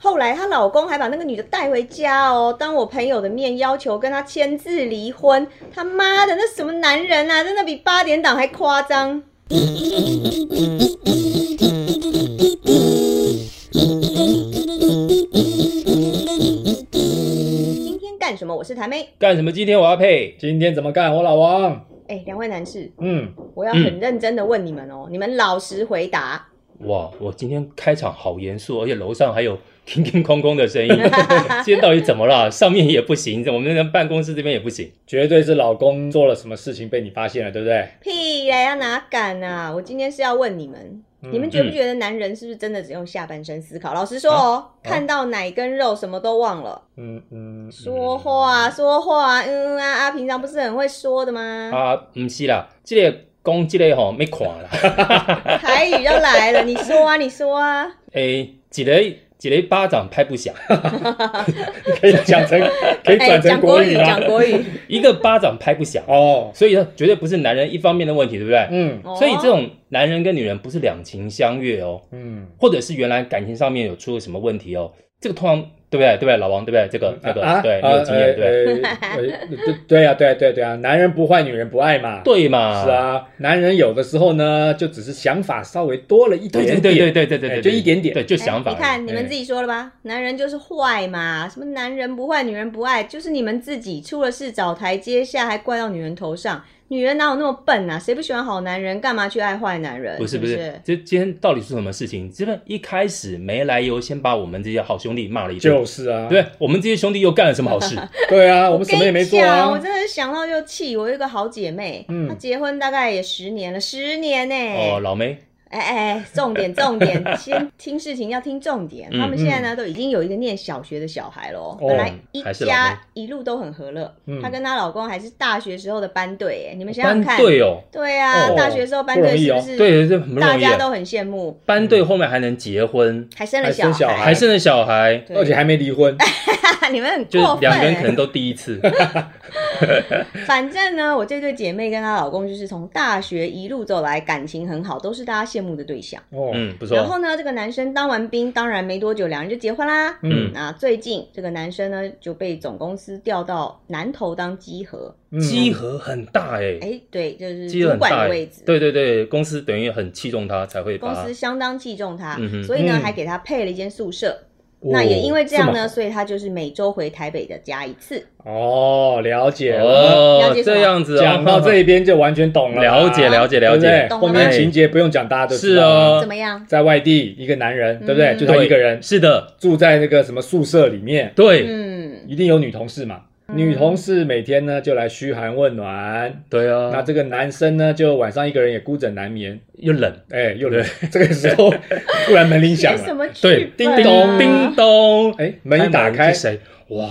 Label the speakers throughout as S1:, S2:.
S1: 后来她老公还把那个女的带回家哦，当我朋友的面要求跟她签字离婚。他妈的，那什么男人啊，真的比八点档还夸张。今天干什么？我是台妹。
S2: 干什么？今天我要配。
S3: 今天怎么干？我老王，
S1: 哎，两位男士，
S3: 嗯，
S1: 我要很认真的问你们哦，你们老实回答。
S2: 哇，我今天开场好严肃，哦而且楼上还有叮叮空空的 声音。今天到底怎么了？上面也不行，我们办公室这边也不行。
S3: 绝对是老公做了什么事情被你发现了，对不对？
S1: 屁嘞，要哪敢啊！我今天是要问你们，
S3: 嗯
S1: 你们觉不觉得男人是不是真的只用下半身思考？老实说哦，看到奶跟肉什么都忘了，
S3: 啊嗯嗯，
S1: 说话说话，嗯啊啊，平常不是很会说的吗？
S2: 啊，不是啦，这个讲这个吼、没看 啦。
S1: 台语要来了，你说啊，你说 啊，
S2: 诶、一个一个巴掌拍不响，
S3: 可以讲成，可以哎转
S1: 哎讲
S3: 成
S1: 国
S3: 语吗
S1: 讲？国 语，
S2: 一个巴掌拍不响，
S3: 哦，
S2: 所以呢，绝对不是男人一方面的问题，对不对？
S3: 嗯
S2: 所以这种男人跟女人不是两情相悦哦，
S3: 嗯，
S2: 或者是原来感情上面有出了什么问题哦，这个通常对不对？对不对？老王对不对？这
S3: 嗯
S2: 个那个、嗯
S3: 啊
S2: 对，你有经验、对不对、
S3: 呃呃对对啊，对啊对啊对啊，男人不坏，女人不爱嘛，
S2: 对嘛？
S3: 是，啊，男人有的时候呢，就只是想法稍微多了一点
S2: 对
S3: 点，
S2: 对对对对对对
S3: 哎
S2: 对，
S3: 就一点点
S2: 对，就想法。
S1: 哎你看你们自己说了吧，男人就是坏嘛，什么男人不坏，女人不爱，就是你们自己出了事找台阶下，还怪到女人头上。女人哪有那么笨啊？谁不喜欢好男人，干嘛去爱坏男人？
S2: 不是
S1: 不
S2: 不是，这今天到底是什么事情？这不一开始没来由，先把我们这些好兄弟骂了一顿
S3: 就，是啊，
S2: 对我们这些兄弟又干了什么 好事？
S3: 对啊，我们什么也没做
S1: 我跟你讲我
S3: 啊，
S1: 真的想到就气。我有一个好姐妹，
S3: 嗯
S1: 她结婚大概也十年了，十年呢、
S2: 哦，老梅，
S1: 哎哎，重点重点， 先听事情要听重点。
S2: 嗯
S1: 他们现在呢都已经有一个念小学的小孩了哦，
S3: 哦
S1: 本来一
S2: 还是老
S1: 家
S2: 妹
S1: 一路都很和乐。
S3: 嗯
S1: 她跟她老公还是大学时候的班队，哎，你们想想
S2: 班
S1: 看，
S2: 队哦，
S1: 对啊，
S3: 哦
S1: 大学时候班队是不是？
S2: 对，这很不
S1: 大
S2: 容易
S1: 家
S2: 啊。
S1: 都嗯很羡慕，
S2: 班队后面还能结婚，
S1: 还生了
S3: 还生小
S1: 孩，
S3: 孩
S2: 还生了小孩，
S1: 对
S3: 而且还没离婚，
S1: 你们很
S2: 就
S1: 过分
S2: 两个人
S1: 哎
S2: 可。能都第一 次。
S1: 反正呢，我这对姐妹跟她老公就是从大学一路走来，感情很好，都是大家羡慕的对象。
S3: 哦，
S2: 嗯，不
S1: 然
S2: 错。
S1: 后呢，这个男生当完兵，当然没多久，两人就结婚啦。
S3: 嗯
S1: 那最近这个男生呢，就被总公司调到南投当稽核，
S3: 嗯
S2: 集合很大哎，
S1: 哎，对，就是
S2: 集合
S1: 主
S2: 很
S1: 管
S2: 大
S1: 的
S2: 哎
S1: 位置。
S2: 对对对，公司等于很器重他才会把
S1: 公
S2: 他
S1: 司。相当器重他，
S2: 嗯哼
S1: 所以呢，
S3: 嗯
S1: 还给他配了一间宿舍。
S3: 哦
S1: 那也因为这样
S3: 这
S1: 呢，所以他就是每周回台北的家一次。
S3: 哦，了解了。
S1: 了
S2: 哦
S1: 解，什么
S2: 这样子哦
S3: 讲到这一边就完全懂了啦，
S2: 了解了解
S3: 对
S2: 了
S3: 不对
S2: 解，
S1: 懂了
S3: 后
S1: 吗
S3: 面情节不用讲，大家都知
S2: 是
S3: 道啊了。
S2: 哦
S1: 怎，么样？
S3: 在外地一个男人，对不对？
S1: 嗯
S3: 就他一个人
S2: 是的，
S3: 住在那个什么宿舍里面，
S2: 对
S1: 嗯，
S3: 一定有女同事嘛。
S2: 嗯
S3: 女同事每天呢就来嘘寒问暖，
S2: 对
S3: 那
S2: 啊，
S3: 这个男生呢就晚上一个人也孤枕难眠，
S2: 又冷，
S3: 哎，又冷。 这个时候突然门铃响
S1: 写什
S3: 了，
S1: 么
S2: 对
S1: 剧，
S2: 叮
S1: 本啊？
S2: 咚叮咚，
S3: 哎，门一打
S2: 是
S3: 开，
S2: 谁？哇，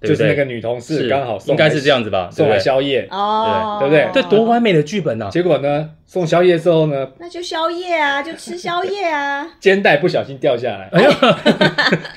S3: 就
S2: 不
S3: 是那个
S2: 啊对？
S3: 女同事
S2: 是
S3: 刚好送
S2: 应该
S3: 来
S2: 是这样子吧？对
S3: 送
S2: 不
S3: 来
S2: 对？
S3: 宵夜，
S1: 哦，
S3: 对不对
S2: 这多完美的剧本啊呐！
S3: 结果呢送宵夜之后呢
S1: 那就宵夜啊，就吃宵夜啊。
S3: 肩带不小心掉下来，
S2: 哎呀，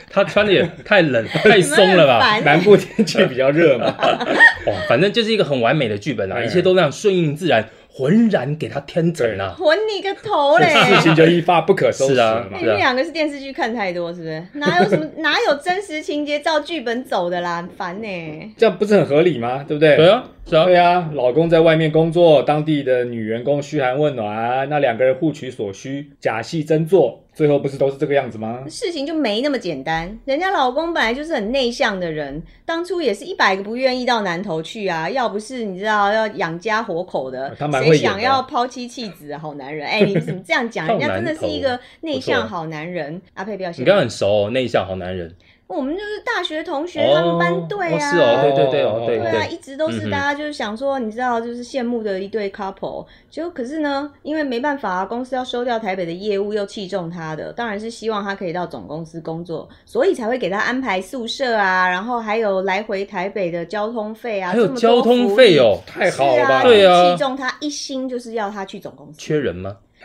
S2: 他穿的也 太冷太松了吧？
S1: 你们很烦
S3: 南部天气比较热嘛，
S2: 哦，反正就是一个很完美的剧本啊，
S3: 哎
S2: 一切都那样顺应自然，浑然给它天成啊。
S1: 混你个头嘞！
S3: 事情就一发不可收拾
S2: 是啊
S3: 了嘛
S1: 哎
S2: 对。
S1: 你们两个是电视剧看太多是不 是？哪有什么哪有真实情节照剧本走的啦，很烦呢、
S3: 这样不是很合理吗？对不对？
S2: 对啊，是啊，
S3: 对啊，老公在外面工作，当地的女员工嘘寒问暖，那两个人互取所需，假戏真做，最后不是都是这个样子吗？
S1: 事情就没那么简单。人家老公本来就是很内向的人，当初也是一百个不愿意到南头去啊。要不是你知道要养家活口的
S2: 哦
S3: 啊，他蛮会
S1: 谁想
S3: 演的
S1: 要抛妻弃子啊？好男人！哎、你怎么这样 讲？
S2: 到
S1: 人
S2: 南
S1: 家
S2: 投
S1: 真的是一个内
S2: 不
S1: 向
S2: 错
S1: 好男人。阿佩不要
S2: 你
S1: 嫌
S2: 刚刚很熟哦，内向好男人。
S1: 我们就是大学同学，
S2: 哦
S1: 他们班对
S2: 哦
S1: 啊。
S2: 是哦，对对对哦，
S3: 哦
S2: 对
S1: 对啊，一直都
S2: 嗯
S1: 是
S2: 哼
S1: 大家就是想说，你知道，就是羡慕的一对 couple。就可是呢，因为没办法啊，公司要收掉台北的业务，又器重他的，当然是希望他可以到总公司工作，所以才会给他安排宿舍啊，然后还有来回台北的交通费啊，
S2: 还有
S1: 这么多
S2: 交通
S1: 福
S2: 费
S1: 利。
S2: 哦，
S3: 太好了
S1: 是
S3: 吧？
S1: 啊，
S2: 对啊
S1: 器重他一心就是要他去总公司。
S2: 缺人吗？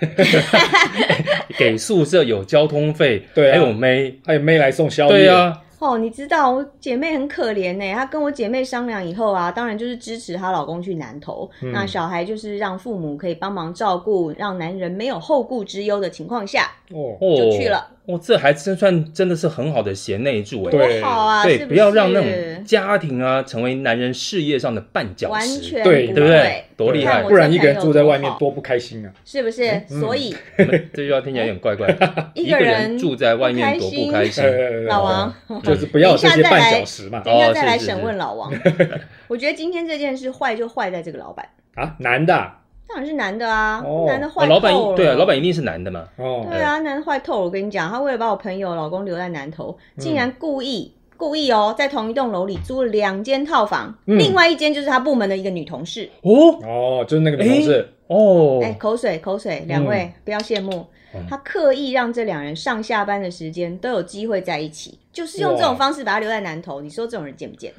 S2: 给宿舍有交通费，
S3: 对啊
S2: 还有妹，
S3: 还有妹来送宵夜，
S2: 对啊，
S1: 哦，你知道我姐妹很可怜呢、她跟我姐妹商量以后啊，当然就是支持她老公去南投，
S3: 嗯
S1: 那小孩就是让父母可以帮忙照顾，让男人没有后顾之忧的情况下
S3: 哦，
S2: 哦，
S1: 就去了。
S2: 哦，这还真算真的是很好的贤内助哎。
S3: 对
S1: 多好啊！
S2: 对，
S1: 是
S2: 不要让那
S1: 是
S2: 种家庭啊成为男人事业上的绊脚
S1: 完
S2: 石，
S1: 全
S3: 对
S1: 不
S2: 对不对
S1: 会？
S2: 多
S1: 你
S2: 厉
S1: 看
S2: 害
S1: 我！
S3: 不然一个人
S1: 这朋友
S3: 住在外
S1: 多
S3: 面
S1: 好
S3: 多不开心啊！
S1: 是不是？所以
S2: 这句话听起来有点怪怪。
S1: 一
S2: 嗯一
S1: 个
S2: 个
S1: 人
S2: 人住在外面多不开心。
S3: 呃
S1: 老王，
S3: 就是不要有这些绊脚石嘛
S1: 等一下
S2: 哦
S1: 再来
S2: 是是
S1: 审
S2: 是
S1: 问老 王。我觉得今天这件事坏就坏在这个老板，
S3: 啊，男的啊
S1: 当然是男的啊，
S3: 哦
S1: 男的
S2: 哦，
S1: 坏
S2: 老板
S1: 透了
S2: 对啊，老板一定是男的嘛。
S1: 对
S3: 哦，
S1: 啊，男的坏透了。我跟你讲，他为了把我朋友老公留在南头，
S2: 嗯
S1: 竟然故意。故意哦，在同一栋楼里租了两间套房，
S3: 嗯
S1: 另外一间就是他部门的一个女同事。
S2: 哦
S3: 哦，就是那个女同事，
S2: 哦
S1: 哎、口水口水，两位、不要羡慕
S2: 嗯。
S1: 他刻意让这两人上下班的时间都有机会在一起，就是用这种
S3: 哇
S1: 方式把他留在南头。你说这种人贱不贱？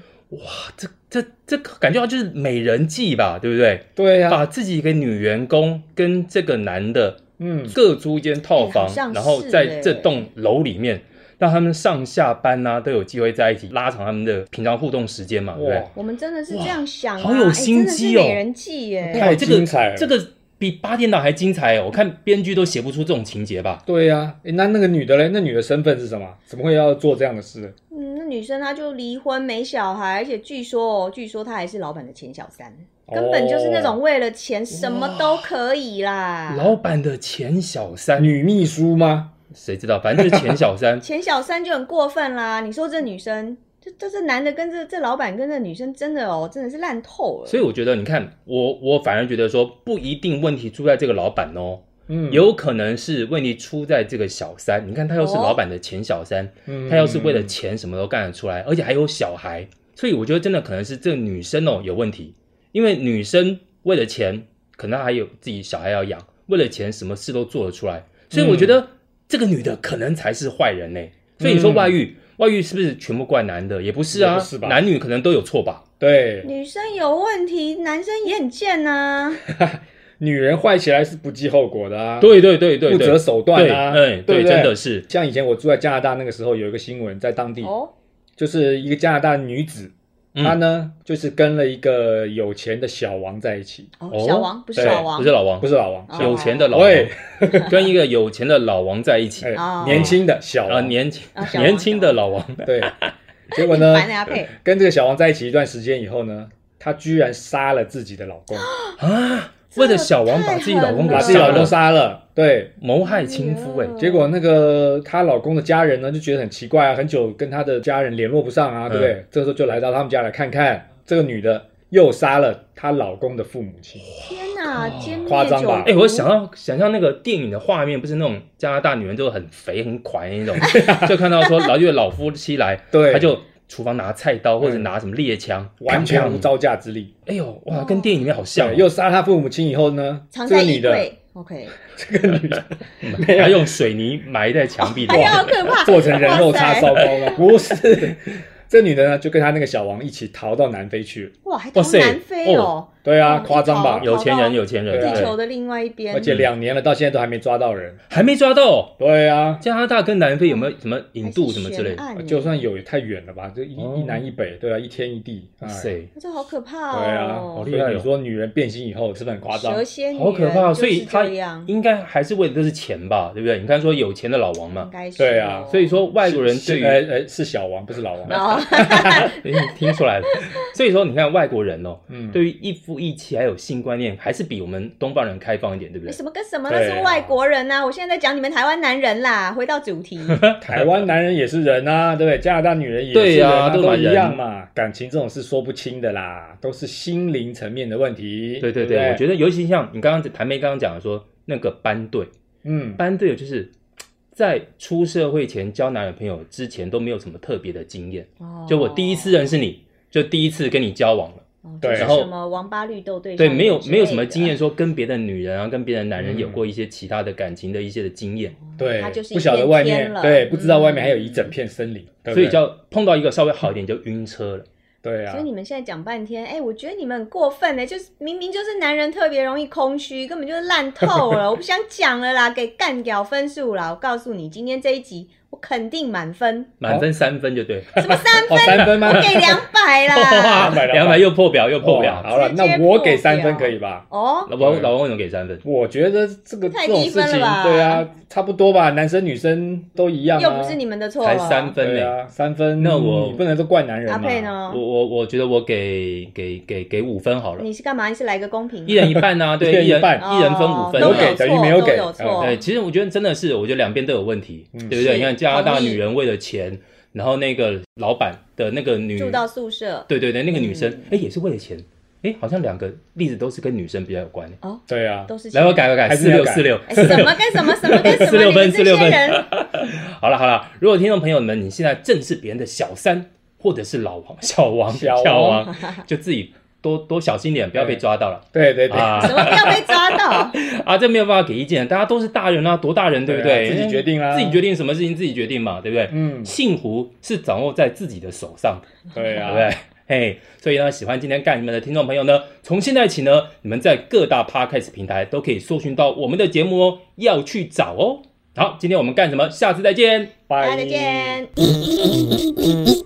S2: 这这这个感觉好像就是美人计吧，对不对？
S3: 对呀，
S2: 把自己一个女员工跟这个男的
S3: 嗯，
S2: 各租一间套
S1: 哎
S2: 房
S1: 好像，是
S2: 然后在这栋楼里面，让他们上下班呐、都有机会在一起，拉长他们的平常互动时间嘛，对不对
S3: 哇？，
S1: 我们真的是这
S2: 哇
S1: 样想、啊，
S2: 好有
S1: 哎
S2: 心机
S1: 真的
S2: 哦
S1: 是美人计耶、
S3: 太精彩了
S2: 这个比八点档还精彩哦！我看编剧都写不出这种情节吧？
S3: 对呀，诶那那个女的嘞，那女的身份是什么？怎么会要做这样的事？
S1: 嗯，那女生她就离婚没小孩，而且据说哦，据说她还是老板的前小三，根本就是那
S3: 哦
S1: 种为了钱什么都可以啦。。
S2: 老板的钱小三，
S3: 女秘书吗？
S2: 谁知道？反正就是钱小 三
S1: 前小三就很过分啦！你说这女生，这这这男的跟这这老板跟这女生真的哦，真的是烂透了。
S2: 所以我觉得，你看，我我反而觉得说，不一定问题出在这个老板哦，
S3: 嗯，
S2: 有可能是问题出在这个小三。你看，他又是
S1: 哦
S2: 老板的前小三，
S3: 嗯，
S2: 他要是为了钱什么都干得出来，而且还有小孩，所以我觉得真的可能是这个女生哦有问题，因为女生为了钱，可能还有自己小孩要养，为了钱什么事都做得出来，所以我觉得这个女的可能才是坏人呢、所以你说外遇，外遇是不是全部怪男嗯的？也不是
S3: 也
S2: 啊，
S3: 不是吧
S2: 男女可能都有错吧？
S3: 对
S1: 女生有问题，男生也很贱啊呐、
S3: 女人坏起来是不计后果的啊，，
S2: 对对对对
S3: 不择
S2: 对，
S3: 手段
S2: 对，
S3: 啊，
S2: 哎，
S3: 对
S2: 对，
S3: 不
S2: 真的是，
S3: 像以前我住在加拿大那个时候，有一个新闻在当地，
S1: 哦，
S3: 就是一个加拿大女子，
S2: 嗯
S3: 她呢就是跟了一个有钱的小王在一起，
S1: 哦，
S2: 哦
S1: 小王不是
S3: 对
S1: 老王，
S2: 不是老王
S3: 不，是老王，
S1: 哦
S2: 有钱的老王
S3: 喂，
S2: 跟一个有钱的老王在一起，
S1: 哦
S3: 哎，年轻的小
S2: 啊，
S3: 王，
S2: 年轻
S1: 啊小王
S2: 年轻的老王，
S3: 对，结果
S1: 你
S3: 呢，
S1: 烦人家配。
S3: 跟这个小王在一起一段时间以后呢，她居然杀了自己的老公，
S2: 啊，为了小王把自己老公给
S3: 把自己
S2: 杀
S3: 老公
S2: 了，
S3: 杀了，对。
S2: 谋害亲夫
S1: 嗯
S2: 哎、
S3: 结果那个她老公的家人呢，就觉得很奇怪啊，很久跟她的家人联络不上
S1: 嗯
S3: 啊，对不对？这时候就来到他们家来看看，这个女的又杀了她老公的父母亲，
S1: 天哪，歼
S3: 夸
S1: 灭
S3: 张
S1: 九
S3: 吧
S2: 哎、我想到想象那个电影的画面，不是那种加拿大女人都很肥很垮那种， 就看到说老一对老夫妻来，
S3: 对，
S2: 他就厨房拿菜刀或者拿什么猎枪，
S3: 完全无
S2: 照。
S3: 招架之力。
S2: 哎呦哇，跟电影里面好像、哦
S3: 对，又杀他父母亲以后呢，
S1: 藏
S3: 这
S1: 在
S3: 个女
S1: 衣
S3: 的，
S1: 柜。OK，
S3: 这个女的没
S2: 还
S3: 有
S2: 用水泥埋在墙壁里
S1: 哎
S2: 面
S1: 呀，。好可怕！
S3: 做成人肉
S1: 哇
S3: 叉
S1: 塞
S3: 烧包吗？不是，这女的呢就跟她那个小王一起逃到南非去了。
S1: 哇，还逃
S2: 哇塞
S1: 南非哦，
S3: 对啊，
S1: 嗯
S3: 夸张吧
S1: 一逃？
S2: 有钱人，有钱人，
S3: 对啊
S1: 地球的
S2: 对，
S1: 另外一边。
S3: 而且两年了，到现在都还没抓到人。
S2: 还没抓到哦、
S3: 对啊，
S2: 加拿大跟南非有没有什么引渡什么之类的？
S1: 的
S3: 哎就算有也太远了吧？这一
S2: 哦
S3: 一南一北，对啊，一天一地。
S2: 哇
S3: 哎，
S2: 塞，
S1: 这好可怕
S3: 对啊，
S1: 哦！
S2: 好
S3: 所
S2: 厉害哦
S3: 以你说女人变心以后是不是很夸张
S1: 蛇？蝎女人
S2: 好可怕！所以
S1: 就是
S2: 他
S1: 这样，
S2: 应该还是为的都是钱吧，对不对？你看说有钱的老王嘛
S1: 应，该是
S3: 对啊
S1: 哦
S2: 所以说外国人对
S3: 是
S2: 于
S3: 呃呃是小王，不是老王。
S1: 哦，
S2: 已经 听出来了。所以说，你看外国人哦，
S3: 嗯，
S2: 对于一夫一妻还有性观念，还是比我们东方人开放一点，对不
S1: 你
S2: 对？
S1: 什么跟什么？那
S3: 对啊
S1: 是外国人呐！我现在在讲你们台湾男人啦。回到主 题，
S3: 台湾男人也是人啊，对不对？加拿大女人也是
S2: 对
S3: 人
S2: 啊
S3: 都
S2: 都蛮
S3: 一
S2: 人
S3: 样嘛。感情这种是说不清的啦，都是心灵层面的问题。
S2: 对
S3: 对
S2: 对
S3: 不
S2: 对，我觉得尤其像你刚刚谭妹刚刚讲的说那个班队，
S3: 嗯，
S2: 班队就是在出社会前交男女朋友之前都没有什么特别的经验，就我第一次认识你，就第一次跟你交往了，
S1: 哦，
S3: 对
S1: 就是
S2: 然后
S1: 什么王八绿豆对
S2: 对，
S1: 象
S2: 没有
S1: 之类的
S2: 没有什么经验，说跟别的女人啊，跟别的男人有
S3: 嗯
S2: 过一些其他的感情的一些的经验，
S3: 对，
S1: 他就是一
S3: 不晓得
S1: 片
S3: 外
S1: 天
S3: 面
S1: 了
S3: 对，不知道外面还有
S1: 嗯
S3: 一
S2: 啊
S3: 整片森林，
S2: 嗯
S3: 对不
S2: 所以
S3: 对
S2: 叫碰到一个稍微好一点就晕车了。
S3: 对
S1: 嗯
S3: 啊
S1: 所以，你们现在讲半天，哎、我觉得你们很过分呢，就是明明就是男人特别容易空虚， 根本就是烂透了，我不想讲了啦，给干掉分数啦！我告诉你，今天这一集我肯定满分，
S2: 满分三分就对，
S1: 什么三
S3: 哦，
S1: 分，
S3: 三分吗？
S1: 我给两百啦。
S3: 200
S2: 两百又破表又破
S3: 哇
S2: 表。
S3: 好了，
S1: 直接
S3: 那我
S1: 破
S3: 给三
S1: 表
S3: 分可以吧？
S1: 哦，
S2: 老王老王为什么给三分？
S3: 我觉得这个
S1: 太
S3: 这种
S1: 低
S3: 事
S1: 分
S3: 情，
S1: 了吧
S3: 对啊，差不多吧，男生女生都一样、啊，
S1: 又不是你们的错
S2: 才
S1: 了。
S2: 三分
S3: 对
S2: 呢、
S3: 啊，三分，
S2: 那我
S3: 你不能都怪男人、啊。
S1: 阿佩？呢
S2: 我？我我觉得我给给给给五分好了，
S1: 你是干嘛？你是来个公平的？
S2: 一人一半呐、啊，对，
S3: 一人
S2: 一
S3: 一
S2: 人
S3: 半
S1: 哦
S2: 一人分五分、
S1: 都
S2: 啊，
S1: 有
S3: 有给等于
S1: 错
S3: 没有给
S1: 都有错。
S2: 对，其实我觉得真的是，我觉得两边都有问题，
S3: 嗯
S2: 对不对？
S1: 是
S2: 你看加拿大
S1: 同意
S2: 女人为了钱，然后那个老板的那个女，
S1: 住到宿舍
S2: 对对对，那个女生
S1: 嗯，
S2: 哎、也是为了钱，哎，好像两个例子都是跟女生比较有关。
S3: 对啊，
S1: 都是钱
S2: 来，我改改改，
S3: 还
S2: 四
S3: 是要
S2: 六
S3: 改
S2: 四六。
S1: 哎什么跟什么什么跟 什
S2: 四
S1: 么？
S2: 六
S1: 你
S2: 分
S1: 们
S2: 四
S1: 这
S2: 六
S1: 些
S2: 分
S1: 人，
S2: 好了好了，如果听众朋友们你现在正是别人的小三或者是老王、 小王、
S3: 小王
S2: 王，就自己多多小心点，不要被抓到了
S3: 对对对，
S2: 啊
S1: 什么要被抓 到？
S2: 啊！这没有办法给意见，大家都是大人啊，多大人对不
S3: 对
S2: 对？
S3: 啊自己决定啦
S2: 自己决定什么事情自己决定嘛，对不对？
S3: 嗯，
S2: 幸福是掌握在自己的手上，
S3: 对
S2: 对
S3: 啊
S2: 不， 对？嘿，所以呢，喜欢今天干什么的听众朋友呢，从现在起呢，你们在各大 podcast 平台都可以搜寻到我们的节目哦，要去找哦。好，今天我们干什么？下次再见。
S1: 大
S3: 拜
S1: 家再见。
S4: Mm-mm-mm-mm.